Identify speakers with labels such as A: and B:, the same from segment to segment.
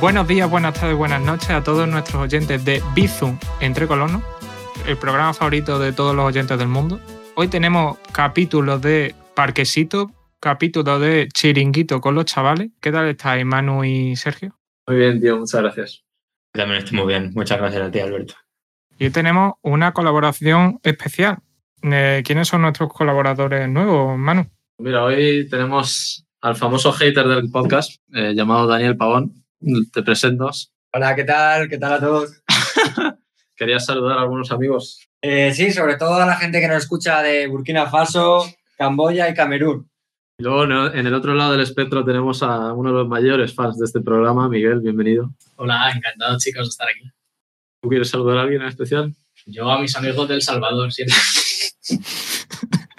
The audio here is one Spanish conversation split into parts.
A: Buenos días, buenas tardes, buenas noches a todos nuestros oyentes de Bizum Entre Colonos, el programa favorito de todos los oyentes del mundo. Hoy tenemos capítulos de Parquesito, capítulo de Chiringuito con los chavales. ¿Qué tal estáis, Manu y Sergio?
B: Muy bien, tío, muchas gracias.
C: También estoy muy bien. Muchas gracias a ti, Alberto.
A: Y hoy tenemos una colaboración especial. Eh, ¿Quiénes son nuestros colaboradores nuevos, Manu?
B: Mira, hoy tenemos al famoso hater del podcast eh, llamado Daniel Pavón. Te presento.
D: Hola, ¿qué tal? ¿Qué tal a todos?
B: Quería saludar a algunos amigos.
D: Eh, sí, sobre todo a la gente que nos escucha de Burkina Faso, Camboya y Camerún.
B: Y luego ¿no? en el otro lado del espectro tenemos a uno de los mayores fans de este programa, Miguel, bienvenido.
E: Hola, encantado chicos de estar aquí.
B: ¿Tú quieres saludar a alguien en especial?
E: Yo a mis amigos del Salvador siempre.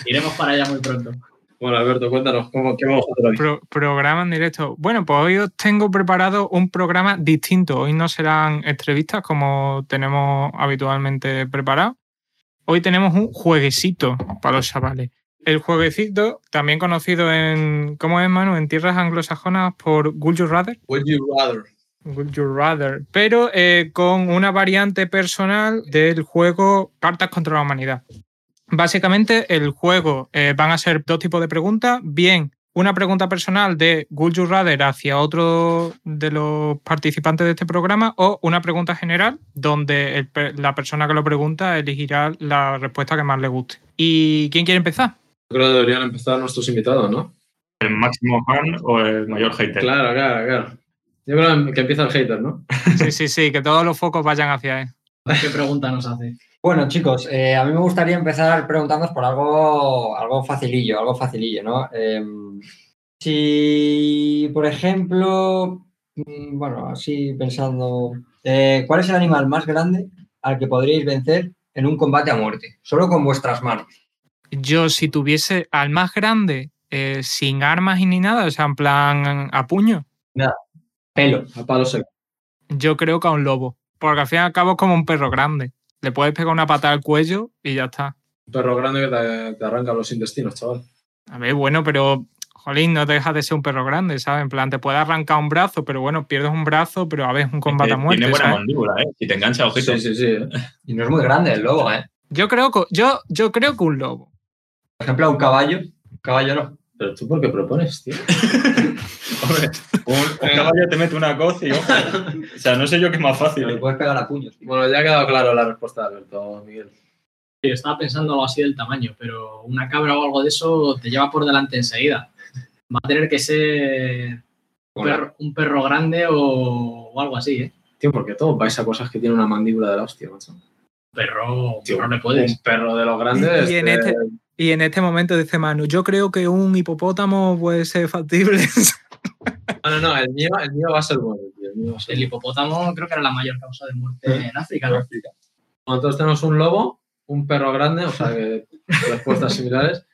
E: Iremos para allá muy pronto.
B: Bueno, Alberto, cuéntanos, ¿cómo, ¿qué vamos a hacer hoy?
A: Pro- programa en directo. Bueno, pues hoy os tengo preparado un programa distinto. Hoy no serán entrevistas como tenemos habitualmente preparado. Hoy tenemos un jueguecito para los chavales. El jueguecito, también conocido en, ¿cómo es, Manu? En tierras anglosajonas por Would You Rather.
B: Would you rather?
A: Would You Rather, pero eh, con una variante personal del juego Cartas contra la Humanidad. Básicamente, el juego eh, van a ser dos tipos de preguntas. Bien, una pregunta personal de Would You Rather hacia otro de los participantes de este programa o una pregunta general donde el pe- la persona que lo pregunta elegirá la respuesta que más le guste. ¿Y quién quiere empezar?
B: Yo creo que deberían empezar nuestros invitados, ¿no?
C: ¿El máximo fan o el mayor hater?
B: Claro, claro, claro. Yo creo que empieza el hater, ¿no?
A: Sí, sí, sí, que todos los focos vayan hacia él.
E: ¿Qué pregunta nos hace?
D: Bueno, chicos, eh, a mí me gustaría empezar preguntándoos por algo, algo facilillo, algo facilillo, ¿no? Em, si, por ejemplo, mm, bueno, así pensando, eh, ¿cuál es el animal más grande al que podríais vencer en un combate a muerte? Solo con vuestras manos.
A: Yo, si tuviese al más grande, eh, sin armas y ni nada, o sea, en plan a puño,
D: Pelo.
B: A palo seco.
A: yo creo que a un lobo. Porque al fin y al cabo es como un perro grande. Le puedes pegar una patada al cuello y ya está.
B: Un perro grande que te, te arranca los intestinos, chaval.
A: A ver, bueno, pero, jolín, no deja de ser un perro grande, ¿sabes? En plan, te puede arrancar un brazo, pero bueno, pierdes un brazo, pero a ver, es un combate a
C: Eh, Tiene
A: muerte,
C: buena
A: ¿sabes?
C: mandíbula, ¿eh? Si te engancha, ojito.
B: Sí, sí, sí. ¿eh?
D: Y no es muy grande el lobo, ¿eh?
A: Yo creo, que, yo, yo creo que un lobo.
D: Por ejemplo, a un caballo. Un caballo no.
B: Pero tú, ¿por qué propones, tío?
C: Hombre, un,
B: Eh.
C: un caballo te mete una coz y ojo. O sea, no sé yo qué es más fácil.
D: Le
C: ¿eh?
D: puedes pegar a puños. tío.
B: Bueno, ya ha quedado claro la respuesta de Alberto, Miguel.
E: Yo estaba pensando algo así del tamaño, pero una cabra o algo de eso te lleva por delante enseguida. Va a tener que ser un
D: Bueno,
E: perro, un perro grande o, o algo así, ¿eh?
B: Tío, porque todos vais a cosas que tienen una mandíbula de la hostia, macho.
E: Perro,
B: Tío,
E: no le puedes.
B: Un perro de los grandes.
A: Y en este- Y en este momento dice Manu, yo creo que un hipopótamo puede ser factible.
B: No, no, no, el mío, el mío va a ser bueno, tío. El mío va a ser
E: Pues El hipopótamo creo que era la mayor causa de muerte
C: Eh,
E: en África, ¿no?
B: Bueno, entonces tenemos un lobo, un perro grande, o sea que respuestas similares.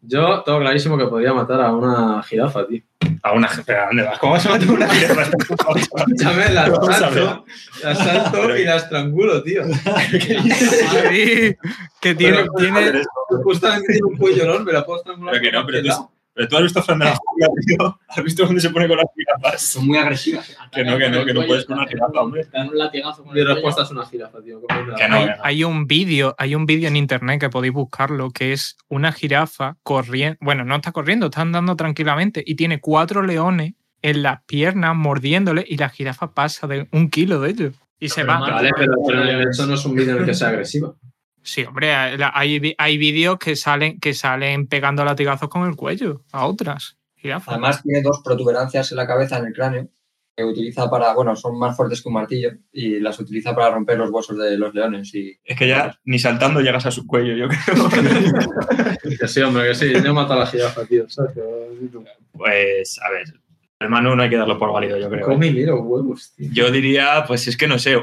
B: Yo tengo clarísimo que podría matar a una jirafa, tío.
C: A Ah, una pero ¿a dónde vas? ¿Cómo vas a matar una jirafa?
B: Escúchame, la
C: Vamos a
B: salto, la salto y la estrangulo, tío.
A: Sí, que tiene,
B: Pero-
A: tiene-
C: Pero
B: Justamente tiene un cuello enorme, la puedo estrangular.
C: Pero que no,
B: con
C: pero tú-
B: cualquier lado.
C: tú has visto Fran de la Jungla, tío. ¿Has visto dónde se pone con las jirafas?
D: Son muy agresivas.
C: Que no, que no, que no puedes con
E: con
C: una jirafa, hombre.
E: un latigazo con
B: Mi
E: el cuello.
B: respuesta es una jirafa, tío. ¿cómo me la-
C: Que no,
A: hay,
C: que no.
A: hay un vídeo, hay un vídeo en internet que podéis buscarlo, que es una jirafa corriendo, bueno, no está corriendo, está andando tranquilamente y tiene cuatro leones en las piernas mordiéndole y la jirafa pasa de un kilo de ellos y se
E: pero
A: va.
E: madre-
B: Vale, pero, pero eso no es un vídeo en el que sea agresiva.
A: Sí, hombre, la- hay, vi- hay vídeos que salen, que salen pegando latigazos con el cuello a otras jirafas.
D: Además, tiene dos protuberancias en la cabeza, en el cráneo, que utiliza para, bueno, son más fuertes que un martillo y las utiliza para romper los huesos de los leones. Y
C: Es que ya ni saltando llegas a su cuello, yo creo.
B: Que sí, hombre, que sí. Yo mato a la jirafa, tío. ¿sabes?
C: Pues, a ver, hermano, no hay que darlo por válido, yo creo. ¿eh?
B: Come y mira huevos, tío.
C: Yo diría, pues es que no sé,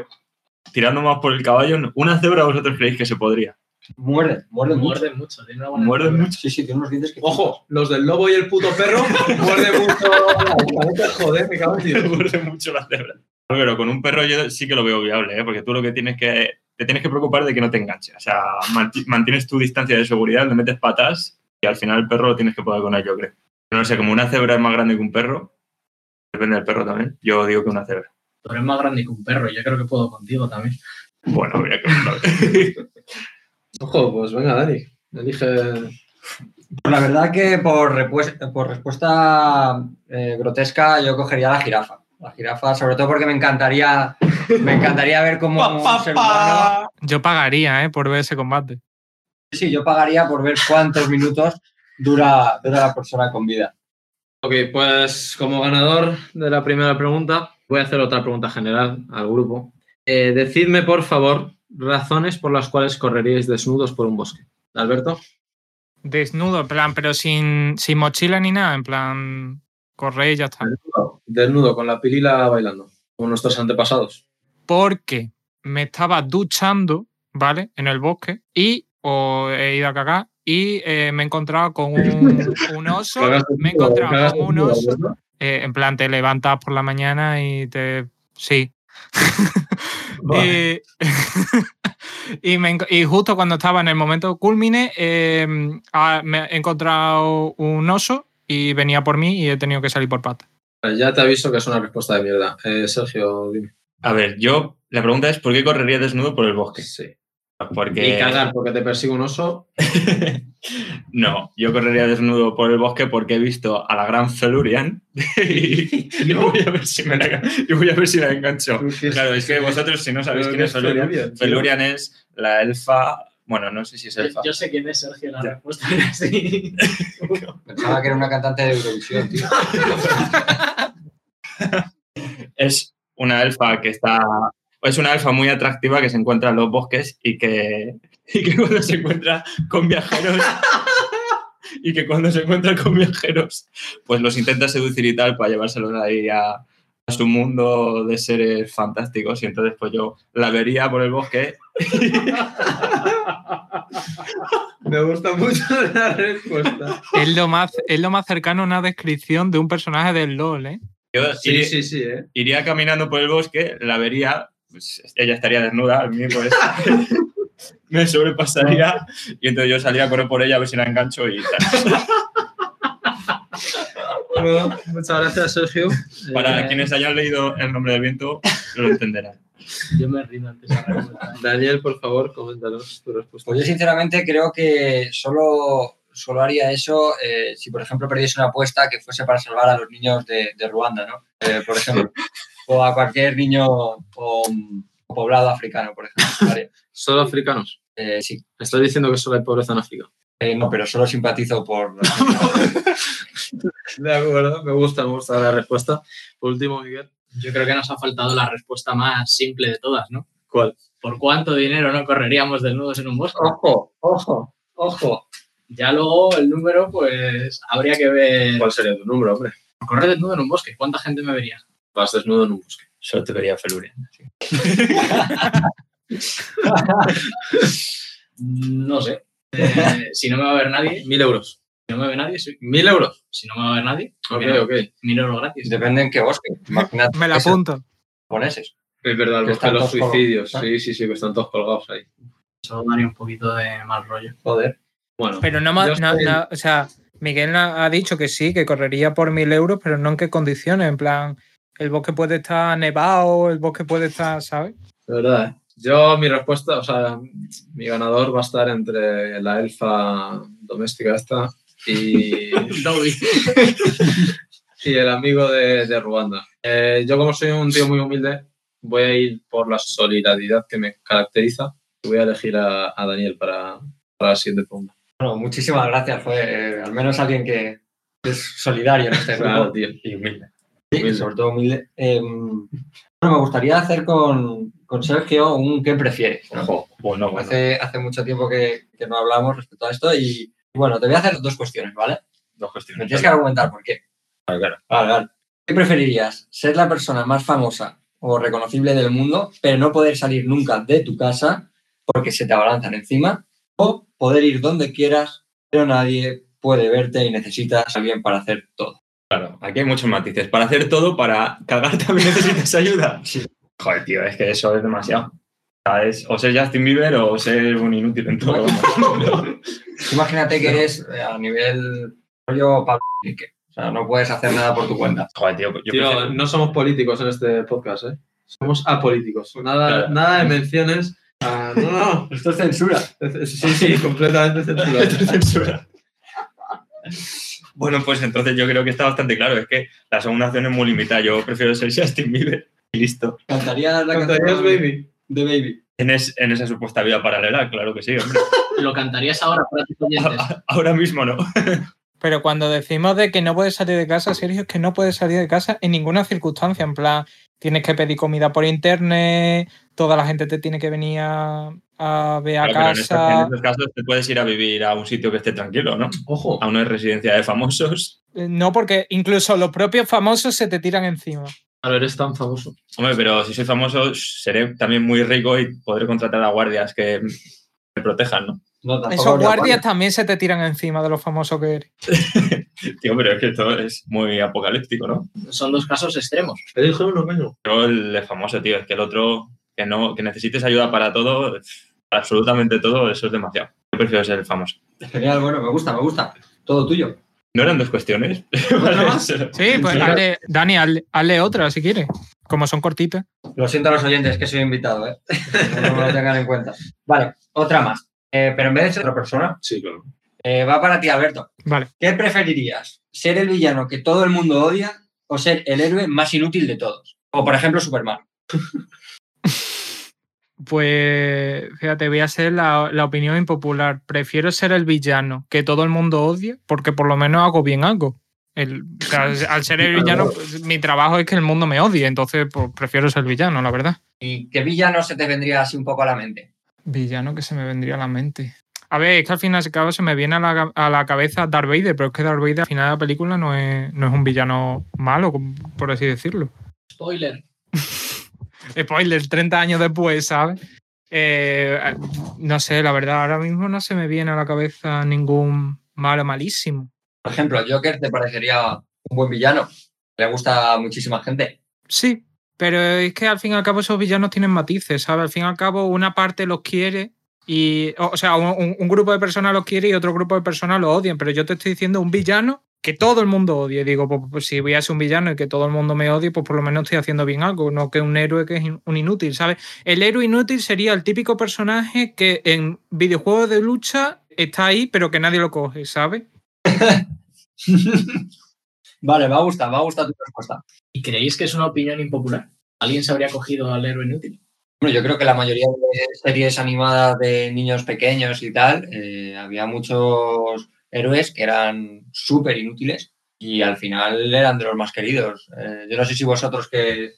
C: tirando más por el caballo, no. una cebra vosotros creéis que se podría.
D: muerde, muerde mucho.
E: Muerde mucho, tiene una buena
C: Muerden mucho.
D: Sí, sí, tiene unos dientes que.
B: Ojo, los del lobo y el puto perro muerde mucho. Joder, me cago en Dios.
C: Muerde mucho la cebra. Pero con un perro yo sí que lo veo viable, ¿eh? porque tú lo que tienes que. Te tienes que preocupar de que no te enganche. O sea, manti- mantienes tu distancia de seguridad, le metes patas y al final el perro lo tienes que poder con él, yo creo. No sé, como una cebra es más grande que un perro, depende del perro también. Yo digo que una cebra.
E: Tú eres más grande que un perro, yo creo que puedo contigo también.
C: Bueno, voy a contar.
B: Ojo, pues venga, Dani. Elige.
D: Pues la verdad que por, repues- por respuesta eh, grotesca yo cogería la jirafa. La jirafa, sobre todo porque me encantaría, me encantaría ver cómo un ser humano-
A: Yo pagaría, ¿eh? Por ver ese combate.
D: Sí, yo pagaría por ver cuántos minutos dura, dura la persona con vida.
B: Ok, pues como ganador de la primera pregunta, voy a hacer otra pregunta general al grupo. Eh, decidme, por favor, razones por las cuales correríais desnudos por un bosque. Alberto,
A: Desnudo, en plan, pero sin, sin mochila ni nada, en plan, correr y ya está.
B: desnudo, desnudo con la pirila bailando, como nuestros antepasados.
A: Porque me estaba duchando, ¿vale? En el bosque y o he ido a cagar y eh, me he encontrado con un, un oso.
B: Cagaste
A: Me he
B: desnudo,
A: encontrado
B: cagaste
A: con un
B: desnudo,
A: oso.
B: Alberto.
A: Eh, en plan, te levantas por la mañana y te. Sí.
B: Vale.
A: y, y me enco- y justo cuando estaba en el momento culmine, eh, ah, me he encontrado un oso y venía por mí y he tenido que salir por pata.
B: Ya te aviso que es una respuesta de mierda. Eh, Sergio, dime.
C: A ver, yo, la pregunta es, ¿por qué correría desnudo por el bosque?
B: Sí.
C: Porque...
B: Y cagar porque te persigue un oso.
C: no, yo correría desnudo por el bosque porque he visto a la gran Felurian y, y voy a ver si me la, y voy a ver si la engancho. Claro, es que vosotros si no sabéis quién es Felurian, Felurian es la elfa, bueno, no sé si es
E: Yo,
C: elfa.
E: yo sé quién es Sergio, la
C: Ya.
E: respuesta era sí.
D: Pensaba que era una cantante de Eurovisión, tío.
C: Es una elfa que está... Es una elfa muy atractiva que se encuentra en los bosques y que, y que cuando se encuentra con viajeros... y que cuando se encuentra con viajeros, pues los intenta seducir y tal para llevárselos ahí a, a su mundo de seres fantásticos. Y entonces pues yo la vería por el bosque.
B: Me gusta mucho la respuesta.
A: Es lo más, es lo más cercano a una descripción de un personaje del LOL, ¿eh?
C: Yo
B: Sí,
C: iría,
B: sí, sí, ¿eh?
C: iría caminando por el bosque, la vería, pues, ella estaría desnuda, a mí pues me sobrepasaría y entonces yo salía a correr por ella a ver si la engancho y tal.
B: Bueno, muchas gracias, Sergio.
C: Para
B: Eh,
C: quienes hayan leído El nombre del viento, lo entenderán.
E: Yo me rindo ante esa respuesta.
B: Daniel, por favor, coméntanos tu respuesta.
D: Pues yo sinceramente creo que solo, solo haría eso eh, si, por ejemplo, perdiese una apuesta que fuese para salvar a los niños de, de Ruanda, ¿no? Eh, por ejemplo. O a cualquier niño o, o poblado africano, por ejemplo. ¿vale?
B: Solo africanos.
D: Eh, sí.
B: Me estás diciendo que solo hay pobreza en África.
D: Eh, no, pero solo simpatizo por...
B: De acuerdo, me gusta, me gusta la respuesta. Por último, Miguel.
E: Yo creo que nos ha faltado la respuesta más simple de todas, ¿no?
B: ¿Cuál?
E: ¿Por cuánto dinero no correríamos desnudos en un bosque?
B: Ojo, ojo, ojo.
E: Ya luego el número, pues habría que ver.
B: ¿Cuál sería tu número, hombre?
E: Correr desnudo en un bosque, ¿cuánta gente me vería?
B: Vas desnudo en un bosque.
C: Solo te vería Feluria.
E: No sé. Eh, si no me va a ver nadie,
B: Mil euros.
E: si no me ve nadie, sí.
B: Mil euros.
E: Si no me va a ver nadie,
B: Ok,
E: mira,
B: ok.
E: mil euros gratis.
D: Depende en qué bosque. Imagínate.
A: Me la
D: esos
A: apunto.
D: japoneses.
B: Es verdad, el bosque
D: Que
B: de
D: están
B: los
D: todos colgados,
B: suicidios.
D: ¿eh?
B: Sí, sí, sí, que están todos colgados ahí.
E: Eso daría un poquito de mal rollo.
D: Joder.
B: Bueno,
A: Pero no más,
B: Yo estoy-
A: o sea, Miguel ha ha dicho que sí, que correría por mil euros, pero no en qué condiciones, en plan, el bosque puede estar nevado, el bosque puede estar, ¿sabes?
B: de verdad. ¿eh? Yo, mi respuesta, o sea, mi ganador va a estar entre la elfa doméstica esta y,
E: Dobby.
B: y el amigo de, de Ruanda. Eh, yo, como soy un tío muy humilde, voy a ir por la solidaridad que me caracteriza y voy a elegir a, a Daniel para, para la siguiente pregunta.
D: Bueno, muchísimas gracias. joder, eh, al menos alguien que es solidario en este grupo.
B: Claro, tío.
C: Y humilde.
D: Sí,
B: Humilde.
D: sobre todo humilde. Eh, bueno, me gustaría hacer con, con Sergio un qué prefieres. ¿no?
C: Ojo, bueno, bueno.
D: Hace, hace mucho tiempo que, que no hablamos respecto a esto y bueno, te voy a hacer dos cuestiones, ¿vale?
C: Dos
D: Me
C: cuestiones.
D: tienes que argumentar por qué.
C: Claro, claro.
D: Vale, vale. ¿Qué preferirías? ¿Ser la persona más famosa o reconocible del mundo, pero no poder salir nunca de tu casa porque se te abalanzan encima? ¿O poder ir donde quieras, pero nadie puede verte y necesitas a alguien para hacer todo?
C: Claro, aquí hay muchos matices. Para hacer todo, para cagar también necesitas ayuda. Joder, tío, es que eso es demasiado. O sea, es- O ser Justin Bieber o ser un inútil en todo.
D: Imagínate que eres eh, a nivel rollo Pablo Enrique. O sea, no puedes hacer nada por tu cuenta.
C: Joder, tío,
B: Tío,
C: yo prefiero-
B: no somos políticos en este podcast, ¿eh? Somos apolíticos. Nada,
C: Claro.
B: nada de menciones. a- no, no.
D: Esto es censura.
B: Sí, sí, completamente censurado.
C: Censura. Bueno, pues entonces yo creo que está bastante claro. Es que la segunda opción es muy limitada. Yo prefiero ser Justin Bieber y listo.
D: Cantarías la
B: ¿Cantarías,
D: canción
B: baby?
D: de Baby.
C: En, es- en esa supuesta vida paralela, claro que sí, hombre.
E: Lo cantarías ahora para tus oyentes.
C: Ahora mismo no.
A: Pero cuando decimos de que no puedes salir de casa, Sergio, es que no puedes salir de casa en ninguna circunstancia. En plan, tienes que pedir comida por internet, toda la gente te tiene que venir a, a ver a
C: Claro, pero en, estos, en
A: casa.
C: estos casos te puedes ir a vivir a un sitio que esté tranquilo, ¿no?
B: Ojo.
C: A una residencia de famosos.
A: Eh, No, porque incluso los propios famosos se te tiran encima.
B: Claro, eres tan famoso.
C: Hombre, pero si soy famoso, seré también muy rico y podré contratar a guardias que me protejan, ¿no?
D: No, tampoco
A: Esos
D: habría
A: guardias también se te tiran encima de los famosos que eres.
C: Tío, pero es que esto es muy apocalíptico, ¿no?
E: Son dos casos extremos.
B: Eres uno, coño.
C: Yo el de famoso, tío, es que el otro que no que necesites ayuda para todo, para absolutamente todo, eso es demasiado. Yo prefiero ser el famoso.
D: guardias. Genial, bueno, me gusta, me gusta. Todo tuyo.
C: No eran dos cuestiones.
D: ¿Otra más?
A: Pues Sí, pues
C: Claro.
A: hazle- Dani, hazle, hazle otra si quieres. Como son cortitas.
D: Lo siento a los oyentes que soy invitado, ¿eh? No me lo tengan en cuenta. Vale, otra más. Eh, pero en vez de ser otra persona,
B: Sí, claro.
D: eh, va para ti, Alberto.
A: Vale.
D: ¿Qué preferirías? ¿Ser el villano que todo el mundo odia o ser el héroe más inútil de todos? O, por ejemplo, Superman.
A: Pues fíjate, voy a hacer la, la opinión impopular. Prefiero ser el villano que todo el mundo odia porque por lo menos hago bien algo. El- o sea, al- al ser el villano, pues, mi trabajo es que el mundo me odie, entonces pues, prefiero ser villano, la verdad.
D: ¿Y qué villano se te vendría así un poco a la mente?
A: Villano que se me vendría a la mente. A ver, es que al final y al cabo se me viene a la, a la cabeza Darth Vader, pero es que Darth Vader al final de la película no es, no es un villano malo, com- por así decirlo.
E: Spoiler.
A: Spoiler, 30 años después, ¿sabes? Eh, no sé, la verdad, ahora mismo no se me viene a la cabeza ningún malo malísimo.
D: Por ejemplo, Joker te parecería un buen villano. Le gusta a muchísima gente.
A: Sí, pero es que al fin y al cabo esos villanos tienen matices, ¿sabes? Al fin y al cabo una parte los quiere y, o o sea, un, un- un grupo de personas los quiere y otro grupo de personas los odian, pero yo te estoy diciendo un villano que todo el mundo odie. Digo, pues, pues, si voy a ser un villano y que todo el mundo me odie, pues por lo menos estoy haciendo bien algo, no que un héroe que es in- un inútil, ¿sabes? El héroe inútil sería el típico personaje que en videojuegos de lucha está ahí, pero que nadie lo coge, ¿sabes?
D: vale, me gusta, me gusta tu respuesta.
E: ¿Y creéis que es una opinión impopular? ¿Alguien se habría cogido al héroe inútil?
D: Bueno, yo creo que la mayoría de series animadas de niños pequeños y tal, eh, había muchos héroes que eran súper inútiles y al final eran de los más queridos. Eh, yo no sé si vosotros que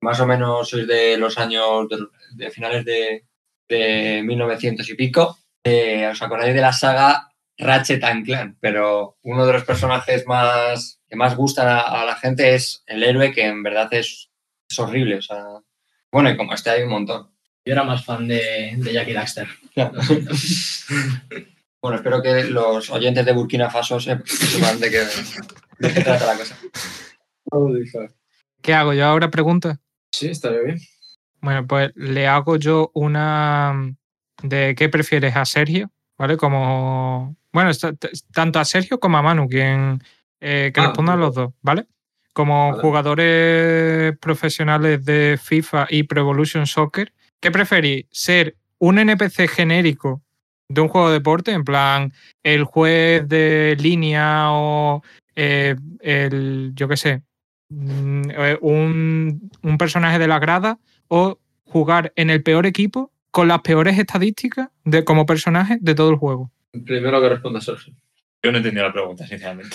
D: más o menos sois de los años, de, de finales de, de 1900 y pico, eh, os acordáis de la saga Ratchet and Clan, pero uno de los personajes más que más gustan a, a la gente es el héroe que en verdad es, es horrible. o sea, bueno, y como este hay un montón.
E: Yo era más fan de, de Jackie Daxter. Lo siento.
D: Bueno, espero que los oyentes de Burkina Faso se- sepan de qué, de qué trata la cosa.
A: ¿Qué hago? Yo ahora pregunto.
B: Sí, estaría bien.
A: Bueno, pues le hago yo una mm, de qué prefieres a Sergio, ¿vale? Como, bueno, esta- t- tanto a Sergio como a Manu, quien eh, que
B: Ah,
A: respondan los dos, ¿vale? Como
B: Vale.
A: jugadores profesionales de FIFA y Pro Evolution Soccer, ¿qué preferís? ¿Ser un NPC genérico de un juego de deporte, en plan el juez de línea o eh, el, yo qué sé, mm, eh, un, un personaje de la grada o jugar en el peor equipo con las peores estadísticas de, como personaje de todo el juego.
B: Primero que responda Sergio.
C: Yo no entendí la pregunta, sinceramente.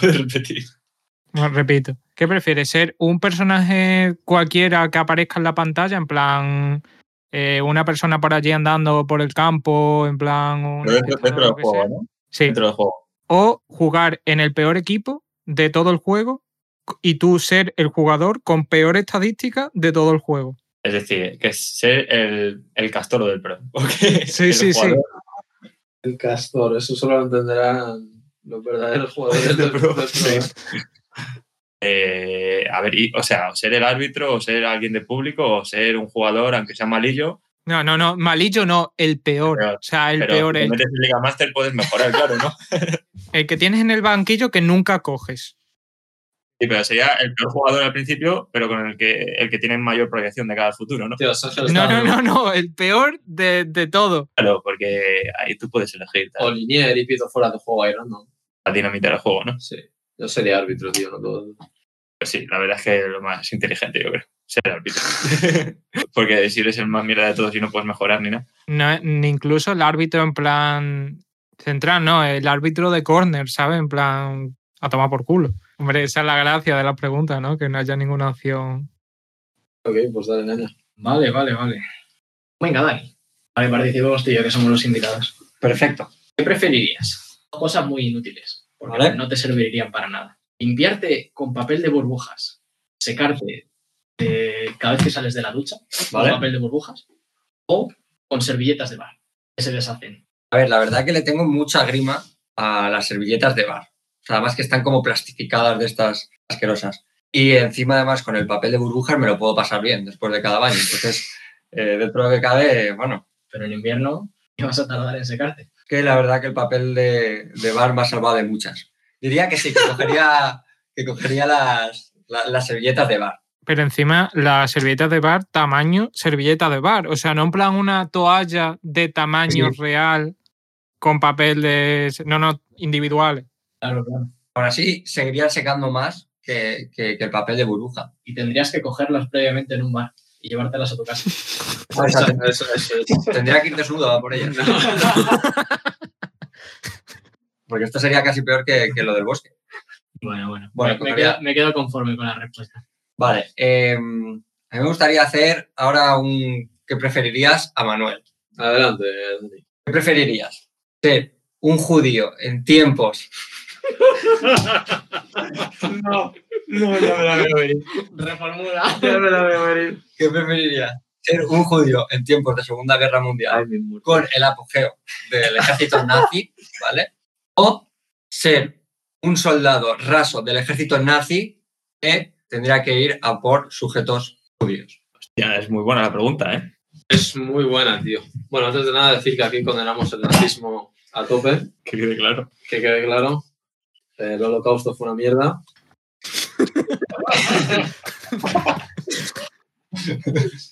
C: Puedes repetir.
A: Bueno, repito, ¿qué prefieres? ¿Ser un personaje cualquiera que aparezca en la pantalla? En plan, eh, una persona por allí andando por el campo, en plan... un
C: Pero dentro,
A: espectador,
C: dentro
A: lo
C: del
A: que
C: juego,
A: sea.
C: ¿no?
A: Sí,
C: Dentro del juego.
A: o jugar en el peor equipo de todo el juego y tú ser el jugador con peor estadística de todo el juego.
C: Es decir, que es ser el, el castoro del pro. Porque
A: Sí,
C: el
A: sí, sí.
C: jugador
B: El castor, eso solo lo entenderán los verdaderos jugadores
C: del
B: del
C: pro,
B: del
C: sí. Eh, a ver, y- o sea, o ser el árbitro, o ser alguien de público, o ser un jugador, aunque sea malillo.
A: No, no, no, malillo no, el peor.
C: Peor,
A: O sea, el
C: pero
A: peor,
C: si te
A: el,
C: metes en Liga Master puedes mejorar, claro, ¿no?
A: el que tienes en el banquillo que nunca coges.
C: Sí, pero sería el peor jugador al principio, pero con el que, el que tiene mayor proyección de cada futuro, ¿no?
B: Tío, Sergio
A: No, no,
B: está-
A: no, no, el peor de, de todo.
C: Claro, porque ahí tú puedes elegir
B: O
C: tal,
B: Linier y Pito fuera de juego, Iron, no.
C: la dinámica del juego, ¿no?
B: Sí. Yo sería árbitro, tío, no todo.
C: Pues sí, la verdad es que es lo más inteligente, yo creo, ser el árbitro. porque si eres el más mierda de todos y no puedes mejorar ni nada.
A: No, ni incluso el árbitro en plan central, no, el árbitro de corner, ¿sabes? En plan a tomar por culo. Hombre, esa es la gracia de las preguntas, ¿no? Que no haya ninguna opción.
B: Ok, pues dale, nena.
E: Vale, vale, vale. Venga, Dani. Vale, participamos tú y yo, que somos los indicados.
D: Perfecto.
E: ¿Qué preferirías? Cosas muy inútiles, porque
D: Vale.
E: no te servirían para nada. Limpiarte con papel de burbujas, secarte eh, cada vez que sales de la ducha
D: Vale.
E: con papel de burbujas o con servilletas de bar, que se deshacen.
D: A ver, la verdad que le tengo mucha grima a las servilletas de bar. O sea, además que están como plastificadas de estas asquerosas. Y encima, además, con el papel de burbujas me lo puedo pasar bien después de cada baño. Entonces, eh, dentro de lo que cabe, bueno,
E: Pero en invierno, ¿qué vas a tardar en secarte?
D: que la verdad que el papel de, de bar me ha salvado de muchas. Diría que sí, que cogería, que cogería las, la- las servilletas de bar.
A: Pero encima, la servilleta de bar, tamaño servilleta de bar. O sea, no en plan una toalla de tamaño real con papel de. No, no, individuales.
E: Claro, claro.
D: Ahora sí, seguiría secando más que, que- que el papel de burbuja.
E: Y tendrías que cogerlas previamente en un bar y llevártelas a tu casa.
D: O sea, ten-
B: Eso, eso, eso.
D: tendría que ir desnudo a por ellas. Porque esto sería casi peor que, que lo del bosque.
E: Bueno, bueno.
D: Bueno,
E: me, me
D: cogería-
E: quedo, me quedo conforme con la respuesta.
D: Vale, em, a mí me gustaría hacer ahora un ¿qué preferirías a Manuel?
B: Adelante, Dani.
D: ¿Qué preferirías? ¿Ser un judío en tiempos?
C: no, no, ya me la veo venir.
E: Reformula.
C: Ya me la veo venir.
D: ¿Qué preferirías? Ser un judío en tiempos de Segunda Guerra Mundial
B: Ay, mi amor.
D: con el apogeo del ejército nazi, ¿vale? O ser un soldado raso del ejército nazi que tendría que ir a por sujetos judíos.
C: Ya, es muy buena la pregunta, ¿eh?
B: Es muy buena, tío. Bueno, antes de nada decir que aquí condenamos el nazismo a tope,
C: Que quede claro.
B: que quede claro. El holocausto fue una mierda.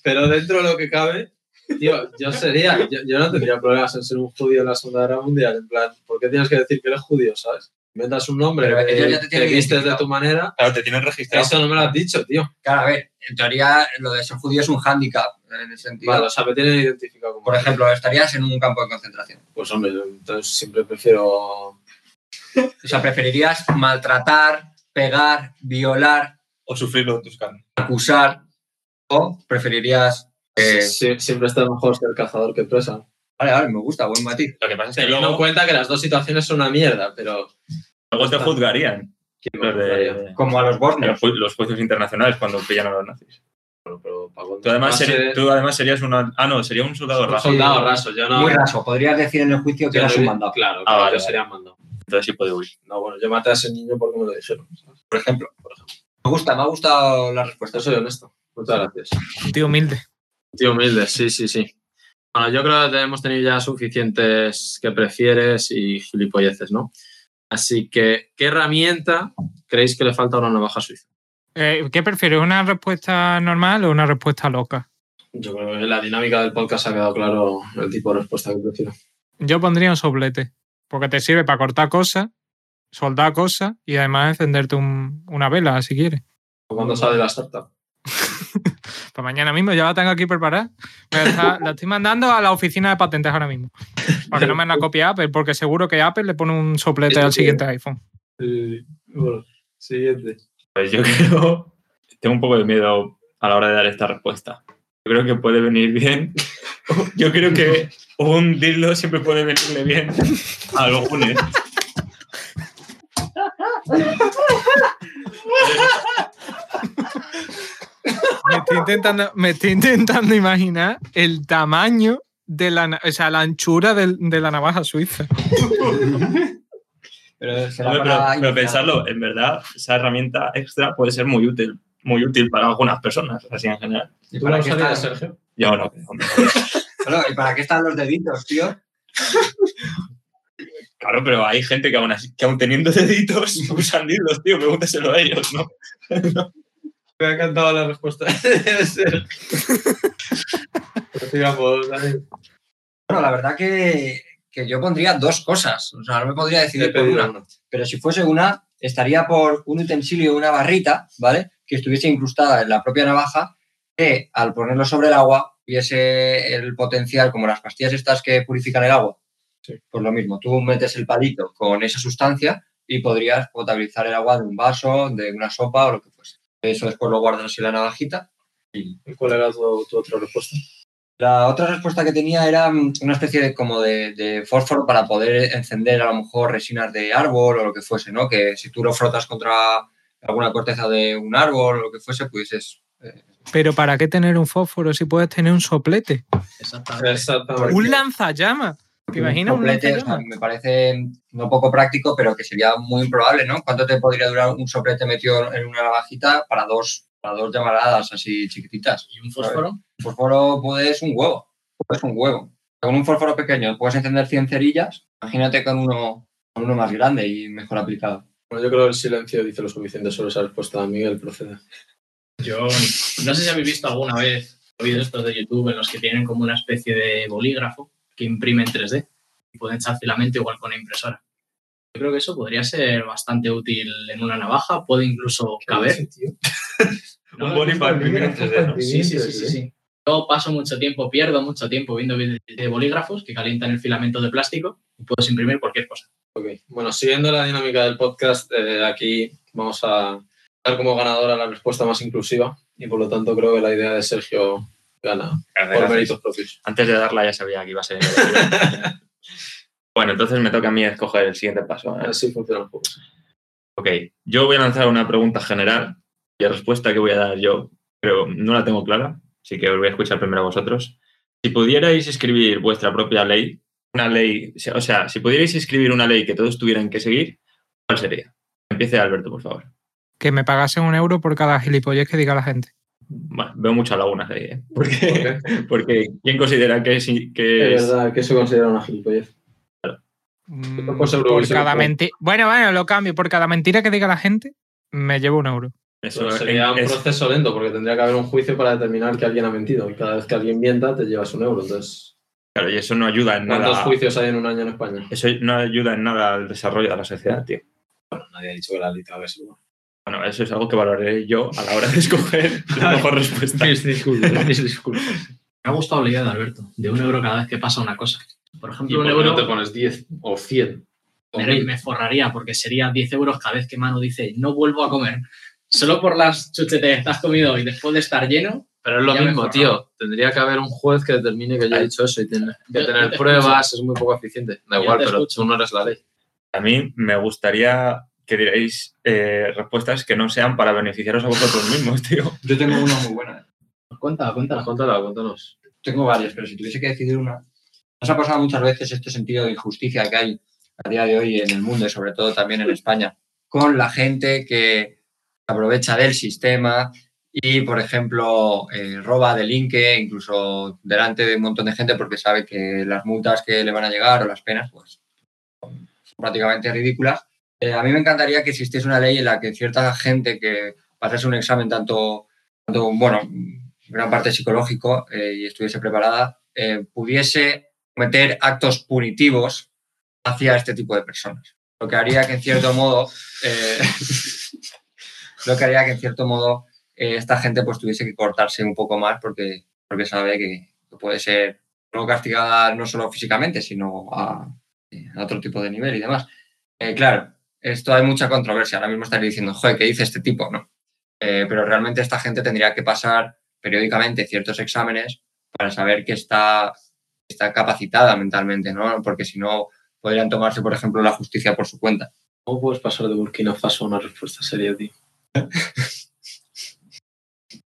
B: Pero dentro de lo que cabe, tío, yo sería, yo, yo no tendría problemas en ser un judío en la Segunda Guerra Mundial, en plan, ¿por qué tienes que decir que eres judío, sabes? Inventas un nombre,
D: Pero ellos ya
B: que
D: te
B: te
D: tienen
B: vistes de
D: identificado.
B: tu manera,
C: Claro, te tienen registrado.
B: eso no me lo has dicho, tío.
D: Claro, a ver, en teoría lo de ser judío es un hándicap en el sentido,
B: Vale, o sea, me tienen identificado como...
D: por ejemplo, estarías en un campo de concentración.
B: Pues hombre, yo entonces siempre prefiero...
D: O sea, preferirías maltratar, pegar, violar,
C: O sufrirlo en tus carnes.
D: acusar o preferirías... eh,
B: Sie- siempre está mejor ser cazador que presa.
D: Vale, vale, me gusta, buen matiz.
C: Lo que pasa es que
B: Teniendo en
C: luego,
B: cuenta que las dos situaciones son una mierda, pero...
C: luego te juzgarían.
B: ¿quién me
C: Los,
B: juzgaría?
C: de,
D: Como a los
C: de
D: Bornes.
C: los ju- los juicios internacionales cuando pillan a los nazis.
B: Pero- pero, Ah, Paco,
C: Tú además,
B: no sé,
C: seri- tú además serías una. Ah, no, sería un soldado
B: un
C: raso.
B: soldado raso, yo no...
D: Muy raso, podrías decir en el juicio que
B: yo no-
D: eras un mandado,
B: Claro,
C: Ah,
B: claro,
C: vale,
B: yo
C: vale.
B: sería un mandado.
C: Entonces sí puede huir.
B: No, bueno, yo maté a ese niño porque me lo dijeron.
D: por ejemplo. Me gusta, me ha gustado la respuesta.
B: Yo soy honesto. Muchas gracias.
A: Un tío humilde.
B: Tío humilde, sí, sí, sí. Bueno, yo creo que hemos tenido ya suficientes que prefieres y gilipolleces, ¿no? Así que, ¿qué herramienta creéis que le falta a una navaja suiza?
A: Eh, ¿Qué prefieres, una respuesta normal o una respuesta loca?
B: Yo creo que en la dinámica del podcast ha quedado claro el tipo de respuesta que prefiero.
A: Yo pondría un soplete, porque te sirve para cortar cosas, soldar cosas y además encenderte un- una vela si quieres.
B: ¿Cuándo sale la startup?
A: Para Pues mañana mismo ya la tengo aquí preparada. Me La, está- la estoy mandando a la oficina de patentes ahora mismo. Para que no me la copie Apple, porque seguro que Apple le pone un soplete al siguiente
D: ¿eh?
A: iPhone.
B: bueno, siguiente.
C: Pues yo creo. Tengo un poco de miedo a la hora de dar esta respuesta. Yo creo que puede venir bien. Yo creo que un dildo siempre puede venirle bien a algunos.
A: Me estoy intentando, me estoy intentando imaginar el tamaño de la, na- o sea, la anchura del- de la navaja suiza.
D: Pero, será
C: Hombre, Pero, pero
D: para iniciar.
C: pensarlo, en verdad, esa herramienta extra puede ser muy útil, muy útil para algunas personas, así en general.
D: ¿Y para, qué están,
B: Sergio?
C: Yo no.
D: Claro, ¿y para qué están los deditos, tío?
C: Claro, pero hay gente que aún, así- que aún teniendo deditos usan dildos, tío. Pregúntaselo a ellos, ¿no?
B: Me ha encantado la respuesta. Sigamos, Daniel.
D: Bueno, la verdad que, que yo pondría dos cosas. O sea, no me podría decidir por una. Pero si fuese una, estaría por un utensilio, una barrita, ¿vale? Que estuviese incrustada en la propia navaja, que al ponerlo sobre el agua tuviese el potencial, como las pastillas estas que purifican el agua. Pues lo mismo, tú metes el palito con esa sustancia y podrías potabilizar el agua de un vaso, de una sopa o lo que fuese. Eso después lo guardas en la navajita
B: ¿Y ¿Cuál era tu, tu otra respuesta?
D: la otra respuesta que tenía era mm, una especie de, como de, de fósforo para poder encender a lo mejor resinas de árbol o lo que fuese, ¿no? Que si tú lo frotas contra alguna corteza de un árbol o lo que fuese, pues pudieses...
A: Pero ¿para qué tener un fósforo si puedes tener un soplete?
E: Exactamente.
B: Exactamente.
A: Un lanzallamas. ¿Te imaginas un
D: soplete, o sea,
A: lanzallamas?
D: me parece no poco práctico, pero que sería muy improbable, ¿no? ¿Cuánto te podría durar un soplete metido en una navajita para dos, para dos llamaradas así chiquititas?
E: ¿Y un fósforo?
D: fósforo puedes un huevo. Puedes un huevo. Con un fósforo pequeño puedes encender 100 cerillas. Imagínate con uno, con uno más grande y mejor aplicado.
B: Bueno, yo creo que el silencio dice lo suficiente sobre esa respuesta. Miguel, procede.
E: Yo no sé si habéis visto alguna vez vídeos estos de YouTube en los que tienen como una especie de bolígrafo que imprime en 3D y pueden echar filamento igual con una impresora. Yo creo que eso podría ser bastante útil en una navaja, puede incluso caber.
C: Un boli para imprimir en 3D, ¿no?
E: Sí, sí, sí, sí, sí. Yo paso mucho tiempo, pierdo mucho tiempo viendo vídeos de bolígrafos que calientan el filamento de plástico y puedes imprimir cualquier cosa.
B: Ok, bueno, siguiendo la dinámica del podcast, eh, aquí vamos a dar como ganadora la respuesta más inclusiva y por lo tanto creo que la idea de Sergio gana por méritos propios.
C: Antes de darla ya sabía que iba a ser. bueno, entonces me toca a mí escoger el siguiente paso. ¿eh?
B: Así funciona un poco.
C: Ok, yo voy a lanzar una pregunta general y la respuesta que voy a dar yo creo no la tengo clara, así que os voy a escuchar primero a vosotros. Si pudierais escribir vuestra propia ley, una ley, o sea, si pudierais escribir una ley que todos tuvieran que seguir, ¿cuál sería? Empiece Alberto, por favor.
A: Que me pagasen un euro por cada gilipollez que diga la gente.
C: Bueno, veo muchas lagunas ahí, ¿eh? Porque, porque ¿quién considera que es, que
B: Es
C: es
B: verdad, que se considera una gilipollez.
A: Mm,
B: Por seguro,
A: Por
B: eso
A: cada
B: no.
A: mentira. Bueno, bueno, lo cambio. Por cada mentira que diga la gente, me llevo un euro.
C: eso?
B: Pero Pues sería un
C: es-
B: proceso lento porque tendría que haber un juicio para determinar que alguien ha mentido y cada vez que alguien mienta te llevas un euro. Entonces,
C: claro, y eso no ayuda en
B: ¿cuántos
C: nada.
B: juicios hay en un año en España?
C: Eso no ayuda en nada al desarrollo de la sociedad, tío.
B: Nadie ha dicho que la ley tenga que ser buena.
C: Bueno, eso es algo que valoraré yo a la hora de escoger la mejor respuesta.
E: Me ha gustado la idea de Alberto, de un euro cada vez que pasa una cosa. Por
B: ¿Y
E: ejemplo,
B: por
E: un
B: qué no te
E: euro
B: pones 10 o 100? O
E: me,
B: 1000?
E: me forraría porque sería 10 euros cada vez que Manu dice no vuelvo a comer. Solo por las chuchetes que has comido hoy después de estar lleno,
B: Pero es lo
E: Ya
B: mismo,
E: mejor,
B: tío. Tendría que haber un juez que determine que yo he
C: Ay.
B: dicho eso y tiene que
E: Yo- yo
B: tener
E: te
B: pruebas. Es muy poco eficiente. Da
E: Yo
B: igual,
E: te
B: pero
E: escucho.
B: tú no eres la ley.
C: A mí me gustaría que dierais eh, respuestas que no sean para beneficiaros a vosotros mismos, tío.
D: Yo tengo una muy buena.
E: cuenta, cuenta.
B: Cuéntala, cuéntanos.
D: Tengo varias, pero si tuviese que decidir una... Nos ha pasado muchas veces este sentido de injusticia que hay a día de hoy en el mundo y sobre todo también en España, con la gente que se aprovecha del sistema y, por ejemplo, eh, roba, delinque, incluso delante de un montón de gente porque sabe que las multas que le van a llegar o las penas, pues, son prácticamente ridículas. Eh, a mí me encantaría que existiese una ley en la que cierta gente que pasase un examen tanto, tanto bueno, gran parte psicológico eh, y estuviese preparada, eh, pudiese cometer actos punitivos hacia este tipo de personas. Lo que haría que en cierto modo, eh, lo que haría que en cierto modo eh, esta gente pues tuviese que cortarse un poco más porque, porque sabe que, que puede ser luego castigada no solo físicamente, sino a, eh, a otro tipo de nivel y demás. Eh, claro, esto hay mucha controversia. Ahora mismo estaría diciendo, joder, ¿qué dice este tipo? ¿no? Eh, pero realmente esta gente tendría que pasar periódicamente ciertos exámenes para saber que está, está capacitada mentalmente, ¿no? Porque si no, podrían tomarse, por ejemplo, la justicia por su cuenta.
B: ¿Cómo puedes pasar de Burkina Faso a una respuesta seria, tío?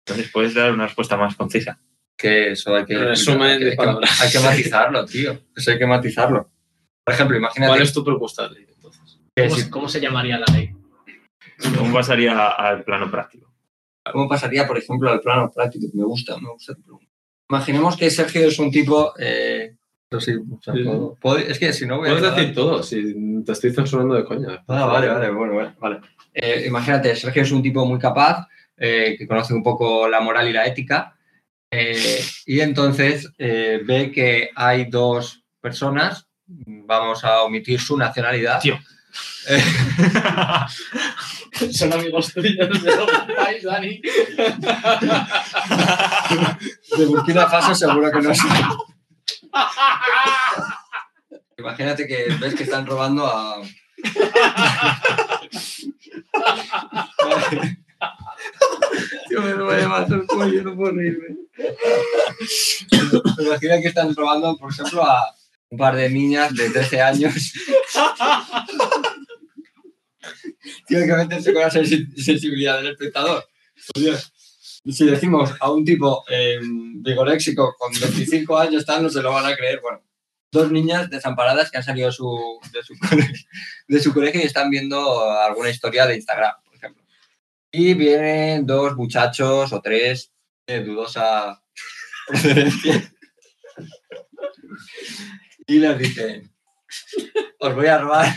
C: Entonces puedes dar una respuesta más concisa.
D: que eso hay que,
B: Resumen
D: hay que-
B: de
D: hay que-
B: palabras.
D: hay que matizarlo, tío. Eso hay que matizarlo. Por ejemplo, imagínate
B: ¿Cuál es tu propuesta, ley, entonces?
D: que
E: ¿Cómo,
D: si-
E: se- cómo se llamaría la ley?
C: ¿Cómo pasaría al plano práctico?
D: cómo pasaría, por ejemplo, al plano práctico. Me gusta, me gusta tu pregunta. Imaginemos que Sergio es un tipo eh, Eso sí, o sea,
B: Sí, sí.
D: puedo- puedo- es que si no voy a.
B: Puedes
D: acabar-
B: decir todo, si te estoy censurando de coña.
D: Ah, vale, vale, bueno, bueno, vale. Eh, imagínate, Sergio es un tipo muy capaz, eh, que conoce un poco la moral y la ética, eh, y entonces eh, ve que hay dos personas, vamos a omitir su nacionalidad.
C: Tío.
D: Eh,
E: Son amigos tuyos de otro país, Dani.
D: de Burkina Faso seguro que no son. Imagínate que ves que están robando a... Tío, me duele más el cuello, no puedo reírme. Imagina que están robando, por ejemplo, a un par de niñas de 13 años. Tiene que meterse con la sensi- sensibilidad del espectador. Por Dios. Si decimos a un tipo eh, vigoréxico con 25 años, tal, no se lo van a creer. Bueno, dos niñas desamparadas que han salido de su, de su, colegio, de su colegio y están viendo alguna historia de Instagram, por ejemplo. Y vienen dos muchachos o tres de dudosa procedencia y les dicen, os voy a robar,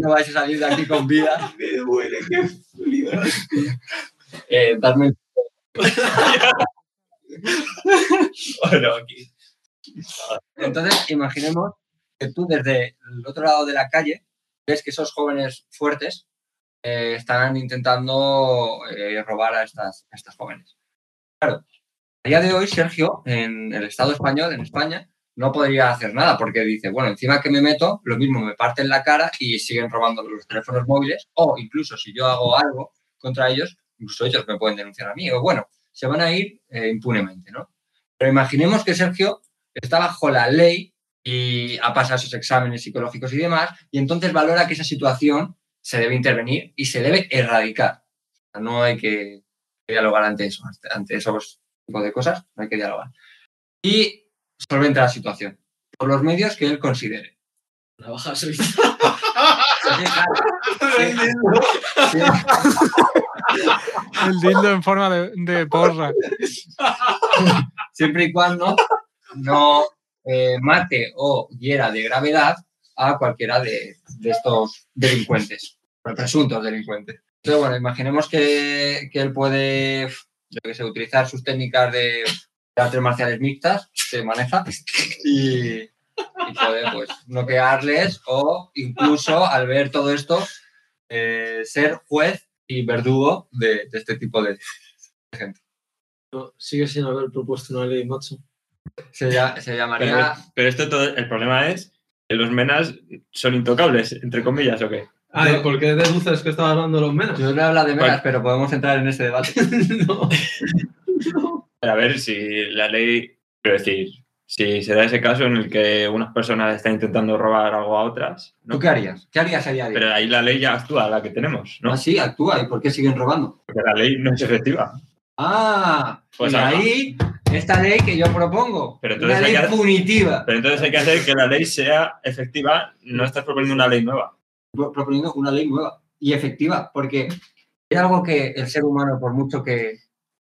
D: no vais a salir de aquí con vida. Me duele, qué eh, dadme el-
E: Bueno, aquí.
D: Entonces, imaginemos que tú desde el otro lado de la calle ves que esos jóvenes fuertes eh, están intentando eh, robar a estas, a estas jóvenes. Claro, a día de hoy Sergio, en el Estado español, en España, no podría hacer nada porque dice, bueno, encima que me meto, lo mismo me parten la cara y siguen robando los teléfonos móviles o incluso si yo hago algo contra ellos, incluso ellos me pueden denunciar a mí. O bueno, se van a ir eh, impunemente, ¿no? Pero imaginemos que Sergio está bajo la ley y ha pasado esos exámenes psicológicos y demás, y entonces valora que esa situación se debe intervenir y se debe erradicar. O sea, no hay que dialogar ante eso, ante- ante esos tipos de cosas, no hay que dialogar. Y solventa la situación por los medios que él considere.
E: Navaja soy
D: Así que, claro, sí, sí,
A: El dildo en forma de, de porra.
D: siempre y cuando no eh, mate o hiera de gravedad a cualquiera de, de estos delincuentes, o presuntos delincuentes. Entonces, bueno, imaginemos que, que él puede yo qué sé, utilizar sus técnicas de, de artes marciales mixtas, se maneja, y, y puede pues, noquearles o incluso al ver todo esto eh, ser juez y verdugo de, de este tipo de...
E: Sigue sin haber propuesto una ley, macho.
D: Se, lla- se
C: Pero,
D: llamaría...
C: pero esto todo, el problema es que los menas son intocables, entre comillas, ¿o qué?
B: Ah, ¿y por qué deduces que estaba hablando los menos?
D: Yo no he hablado de meras,
C: Vale.
D: pero podemos entrar en ese debate.
C: A ver si la ley, quiero decir, si se da ese caso en el que unas personas están intentando robar algo a otras, ¿no?
D: ¿Tú qué harías? ¿Qué harías a día de hoy?
C: Pero ahí la ley ya actúa, la que tenemos, ¿no?
D: Ah, sí, actúa. ¿Y por qué siguen robando?
C: Porque la ley no es efectiva.
D: Ah,
C: Pues
D: y
C: ahora.
D: ahí esta ley que yo propongo.
C: Pero
D: una
C: entonces
D: ley
C: hay que-
D: punitiva.
C: Pero entonces hay que hacer que la ley sea efectiva, no estás proponiendo una ley nueva.
D: pro- Proponiendo una ley nueva y efectiva. Porque es algo que el ser humano, por mucho que,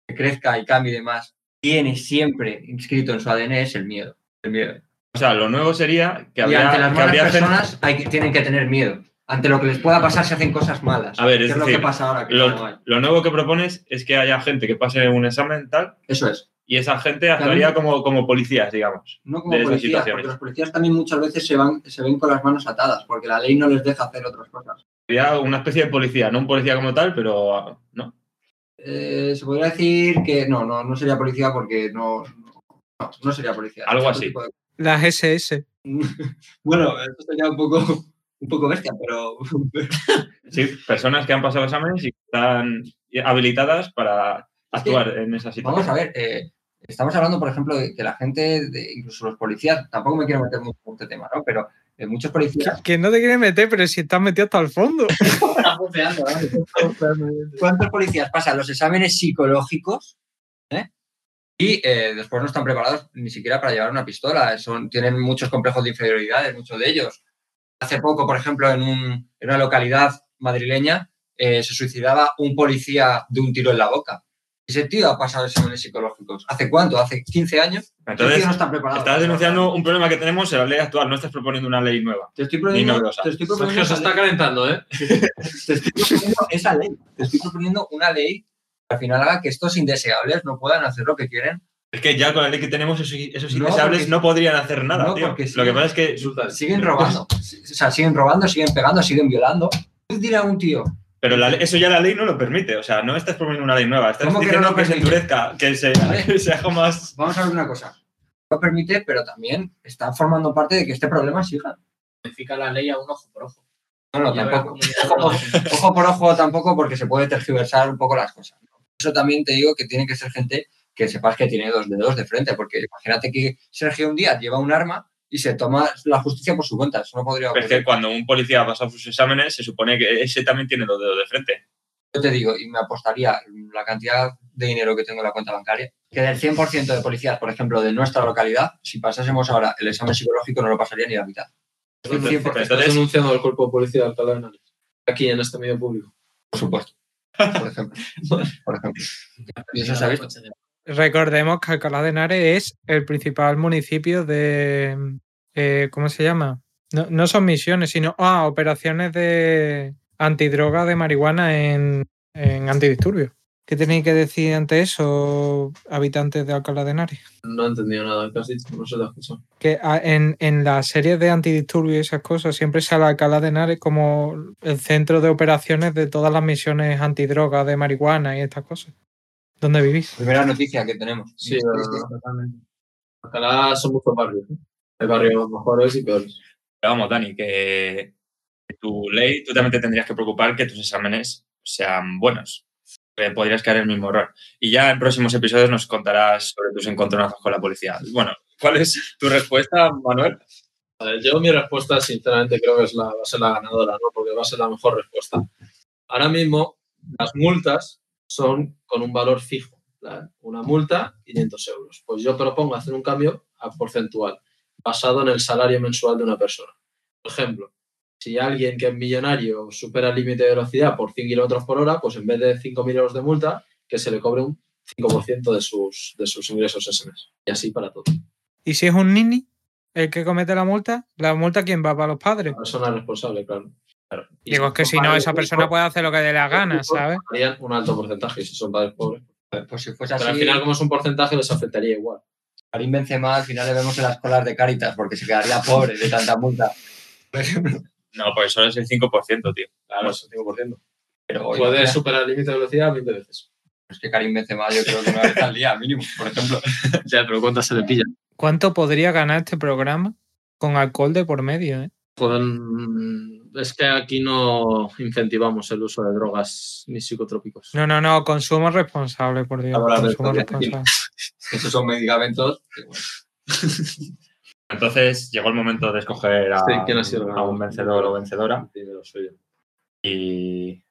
D: que crezca y cambie y demás, tiene siempre inscrito en su ADN es el miedo. El miedo.
C: O sea, lo nuevo sería que
D: Y
C: habría,
D: ante las
C: que
D: malas
C: habría gente-
D: personas hay que, tienen que tener miedo. Ante lo que les pueda pasar si hacen cosas malas.
C: A ver,
D: ¿Qué
C: es
D: es lo que
C: decir,
D: pasa ahora? Que no hay.
C: lo, lo nuevo que propones es que haya gente que pase un examen tal
D: Eso es.
C: y esa gente actuaría como, como policías, digamos.
D: No como
C: de esas
D: policías,
C: situaciones.
D: porque los policías también muchas veces se, van, se ven con las manos atadas, porque la ley no les deja hacer otras cosas.
C: Sería una especie de policía, no un policía como tal, pero no.
D: Eh, se podría decir que no, no, no sería policía porque no, no, no sería policía.
C: Algo
D: Otro
C: así.
D: tipo de-
A: Las SS.
D: Bueno, esto sería un poco, un poco bestia, pero
C: Sí, personas que han pasado exámenes y que están habilitadas para actuar en esa situación.
D: vamos a ver. eh, estamos hablando, por ejemplo, de que la gente, de- incluso los policías, tampoco me quiero meter mucho en este tema, ¿no? Pero eh, muchos policías.
A: Que no te quieres meter, pero si estás metido hasta el fondo.
E: Está bofeando, Dani.
D: ¿Cuántos policías pasan los exámenes psicológicos ¿eh? y eh, después no están preparados ni siquiera para llevar una pistola? Son, tienen muchos complejos de inferioridades, muchos de ellos. Hace poco, por ejemplo, en, un- en una localidad madrileña eh, se suicidaba un policía de un tiro en la boca. Y Ese tío ha pasado exámenes psicológicos. ¿Hace cuánto? ¿Hace 15 años? Ese
C: Entonces,
D: tío no está preparado.
C: estás denunciando un problema que tenemos en la ley actual, no estás proponiendo una ley nueva.
D: Te estoy proponiendo,
C: Ni novedosa.
D: te estoy proponiendo
B: Sergio se
D: esa
B: está calentando, ¿eh?
D: te estoy proponiendo esa ley. Te estoy proponiendo una ley que al final haga que estos indeseables no puedan hacer lo que quieren.
C: Es que ya con la ley que tenemos, esos, esos
D: No,
C: indeseables
D: porque-
C: no podrían hacer nada,
D: no,
C: tío.
D: porque sí.
C: Lo que pasa es que.
D: Siguen robando. O sea, siguen robando, siguen pegando, siguen violando. ¿Qué dirá un tío?
C: Pero la- eso ya la ley no lo permite. O sea, no estás proponiendo una ley nueva. Estás
D: ¿Cómo que no
C: diciendo
D: lo
C: que, se
D: permite?
C: endurezca, que se,
D: Vale.
C: que se haga más.
D: Vamos a ver una cosa. Lo permite, pero también está formando parte de que este problema siga.
E: Modifica la ley a un ojo por ojo.
D: No, no,
E: Ya habrá
D: tampoco.
E: comunidades
D: Ojo,
E: donde-
D: ojo por ojo tampoco porque se puede tergiversar un poco las cosas. ¿no? Eso también te digo que tiene que ser gente que sepas que tiene dos dedos de frente, porque imagínate que Sergio un día lleva un arma y se toma la justicia por su cuenta. Eso no podría
C: Pero es
D: ocurrir.
C: que cuando un policía ha pasado sus exámenes, se supone que ese también tiene dos dedos de frente.
D: Yo te digo, y me apostaría la cantidad de dinero que tengo en la cuenta bancaria, que del 100% de policías, por ejemplo, de nuestra localidad, si pasásemos ahora el examen psicológico no lo pasaría ni la mitad. Un
C: Entonces,
D: 100%.
B: Estás
C: entonces,
B: denunciando al cuerpo de policía de Alcalá de Henares. Aquí, en este medio público.
D: Por supuesto. Por ejemplo. Por ejemplo. Y eso sabéis.
E: Coche de-
A: Recordemos que Alcalá de Henares es el principal municipio de. eh, ¿Cómo se llama? No, no son misiones, sino ah, operaciones de antidroga de marihuana en, en antidisturbios. ¿Qué tenéis que decir ante eso, habitantes de Alcalá de Henares?
B: No he entendido nada que has dicho, no se te ha escuchado.
A: Que ah, en, en las series de antidisturbios y esas cosas siempre sale Alcalá de Henares como el centro de operaciones de todas las misiones antidroga de marihuana y estas cosas. ¿Dónde vivís?
D: Primera noticia que tenemos.
B: Sí, no, no, no, totalmente. Alcalá son muchos barrios. ¿eh? Hay barrios mejores y peores.
C: vamos, Dani, que que tu ley, tú también te tendrías que preocupar que tus exámenes sean buenos. Que podrías caer en el mismo error. Y ya en próximos episodios nos contarás sobre tus encontronazos con la policía. Bueno, ¿cuál es tu respuesta, Manuel?
B: A ver, yo mi respuesta, sinceramente, creo que es la, va a ser la ganadora, ¿no? Porque va a ser la mejor respuesta. Ahora mismo, las multas son con un valor fijo. ¿vale? Una multa, 500 euros. Pues yo propongo hacer un cambio a porcentual, basado en el salario mensual de una persona. Por ejemplo, si alguien que es millonario supera el límite de velocidad por 100 kilómetros por hora, pues en vez de 5.000 euros de multa, que se le cobre un 5% de sus, de sus ingresos ese mes. Y así para todo.
A: ¿Y si es un nini el que comete la multa? ¿La multa quién va? ¿Para los padres?
B: La persona responsable, claro. claro. Y
A: Digo, es que si no,
B: padre
A: esa
B: rico,
A: persona puede hacer lo que dé la gana,
B: rico,
A: ¿sabes?
B: pagarían un alto porcentaje y si son padres pobres.
D: Pues si fuese
B: Pero al
D: así,
B: final, como es un porcentaje, les afectaría igual.
D: Karim Benzema al final le vemos en las colas de Cáritas porque se quedaría pobre de tanta multa.
C: No, pues solo es el 5%, tío.
B: Claro, es un 5%.
D: Pero oye,
B: Puede
D: mira,
B: superar el límite de velocidad 20 veces.
D: es que Karim Benzema yo creo que una vez al día mínimo, por ejemplo.
B: ya, pero ¿cuántas se le pilla?
A: ¿Cuánto podría ganar este programa con alcohol de por medio? eh?
B: Joder, mm, es que aquí no incentivamos el uso de drogas ni psicotrópicos.
A: No, no, no, consumo responsable, por Dios.
D: Ahora,
A: consumo
D: Alberto, ya
A: responsable.
D: Esos son medicamentos. que, bueno,
C: Entonces llegó el momento de escoger a,
B: Sí, ¿quién ha sido el
C: a un
B: ganador?
C: vencedor o vencedora.
B: Primero soy yo.
C: Y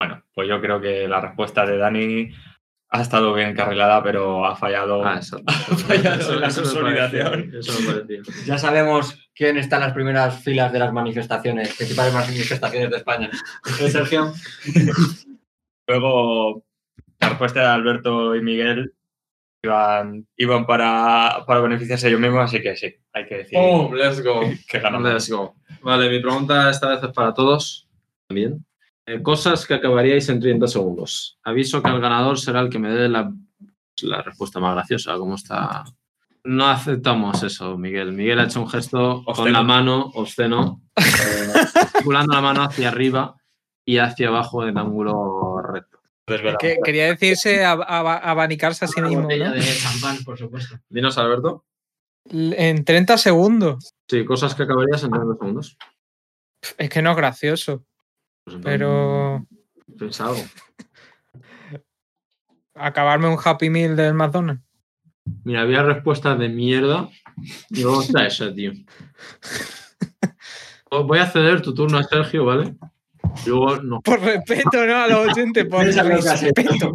C: bueno, pues yo creo que la respuesta de Dani ha estado bien encarrilada, pero ha fallado.
B: Ah, eso.
C: Vaya, la
B: me
C: consolidación.
B: parecía, Eso me parecía.
D: Ya sabemos quién está en las primeras filas de las manifestaciones, principales manifestaciones de España. ¿Eh, Sergio?
C: Luego, la respuesta de Alberto y Miguel iban, iban para, para beneficiarse ellos mismos, así que sí, hay que decir
B: ¡Oh, let's go!
C: que ganamos.
B: Let's go. Vale, mi pregunta esta vez es para todos. También. Eh, cosas que acabaríais en 30 segundos. Aviso que el ganador será el que me dé la, la respuesta más graciosa. ¿Cómo está? No aceptamos eso, Miguel. Miguel ha hecho un gesto con
C: Obsceno.
B: la mano, obsceno, eh, circulando la mano hacia arriba y hacia abajo en ángulo recto.
C: Desvelado.
A: Que- quería decirse ab- ab- abanicarse a sí
E: Una
A: mismo,
E: botella
A: ¿no?
E: de champán, por supuesto.
B: Dinos, Alberto.
A: En 30 segundos.
B: Sí, cosas que acabarías en 30 segundos.
A: Es que no es gracioso,
B: Pues entonces,
A: pero
B: Piensa algo.
A: acabarme un Happy Meal del McDonald's.
B: Mira, había respuestas de mierda. Y luego está esa, tío. O- Voy a ceder tu turno a Sergio, ¿vale? Y luego, no-
A: Por respeto, ¿no? A los oyentes, por
D: Piensa lo que has hecho.
A: respeto.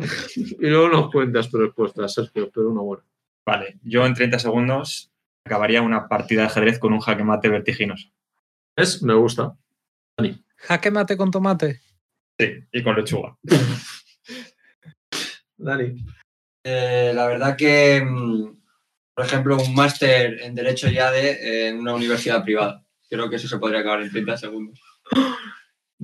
B: y luego nos cuentas tu respuesta, Sergio, pero una buena.
C: Vale, yo en 30 segundos acabaría una partida de ajedrez con un jaque mate vertiginoso.
B: ¿Ves? Me gusta.
A: Jaque mate con tomate.
C: Sí, y con lechuga.
B: Dani.
D: Eh, la verdad que, mm, por ejemplo, un máster en Derecho ya de eh, en una universidad privada. Creo que eso se podría acabar en 30 segundos.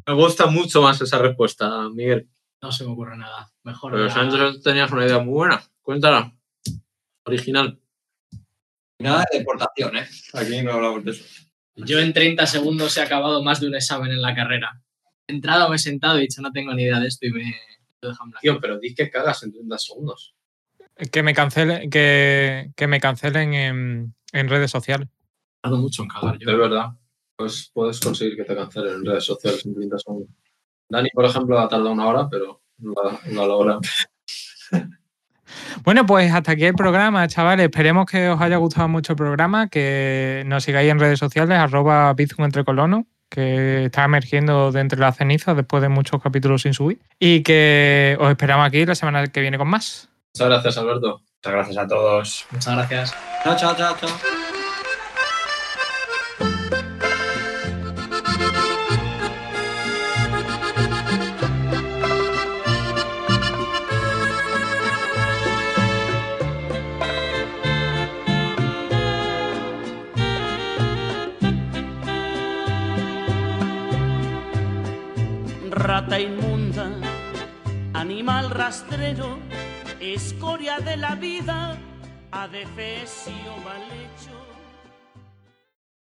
B: Me gusta mucho más esa respuesta, Miguel.
E: No se me ocurre nada. Mejor.
B: Pero
E: la-
B: Sánchez, tenías una idea muy buena. Cuéntala. Original.
D: Nada de deportación, ¿eh? Aquí no hablamos de eso.
E: Yo en 30 segundos he acabado más de un examen en la carrera. He entrado, me he sentado y he dicho, no tengo ni idea de esto y me lo dejan blanco.
B: Tío, pero di que cagas en 30 segundos.
A: Que me cancelen, que, que me cancelen en, en redes sociales.
E: He tardado mucho en cagar yo.
B: Es verdad. Pues puedes conseguir que te cancelen en redes sociales en 30 segundos. Dani, por ejemplo, ha tardado una hora, pero no la- no la hora.
A: Bueno, pues hasta aquí el programa, chavales. Esperemos que os haya gustado mucho el programa, que nos sigáis en redes sociales, arroba Bizum entre colonos, que está emergiendo de entre las cenizas después de muchos capítulos sin subir. Y que os esperamos aquí la semana que viene con más.
B: Muchas gracias, Alberto.
C: Muchas gracias a todos.
E: Muchas gracias.
D: Chao, chao, chao, chao.
F: rata inmunda, animal rastrero, escoria de la vida, adefesio mal hecho.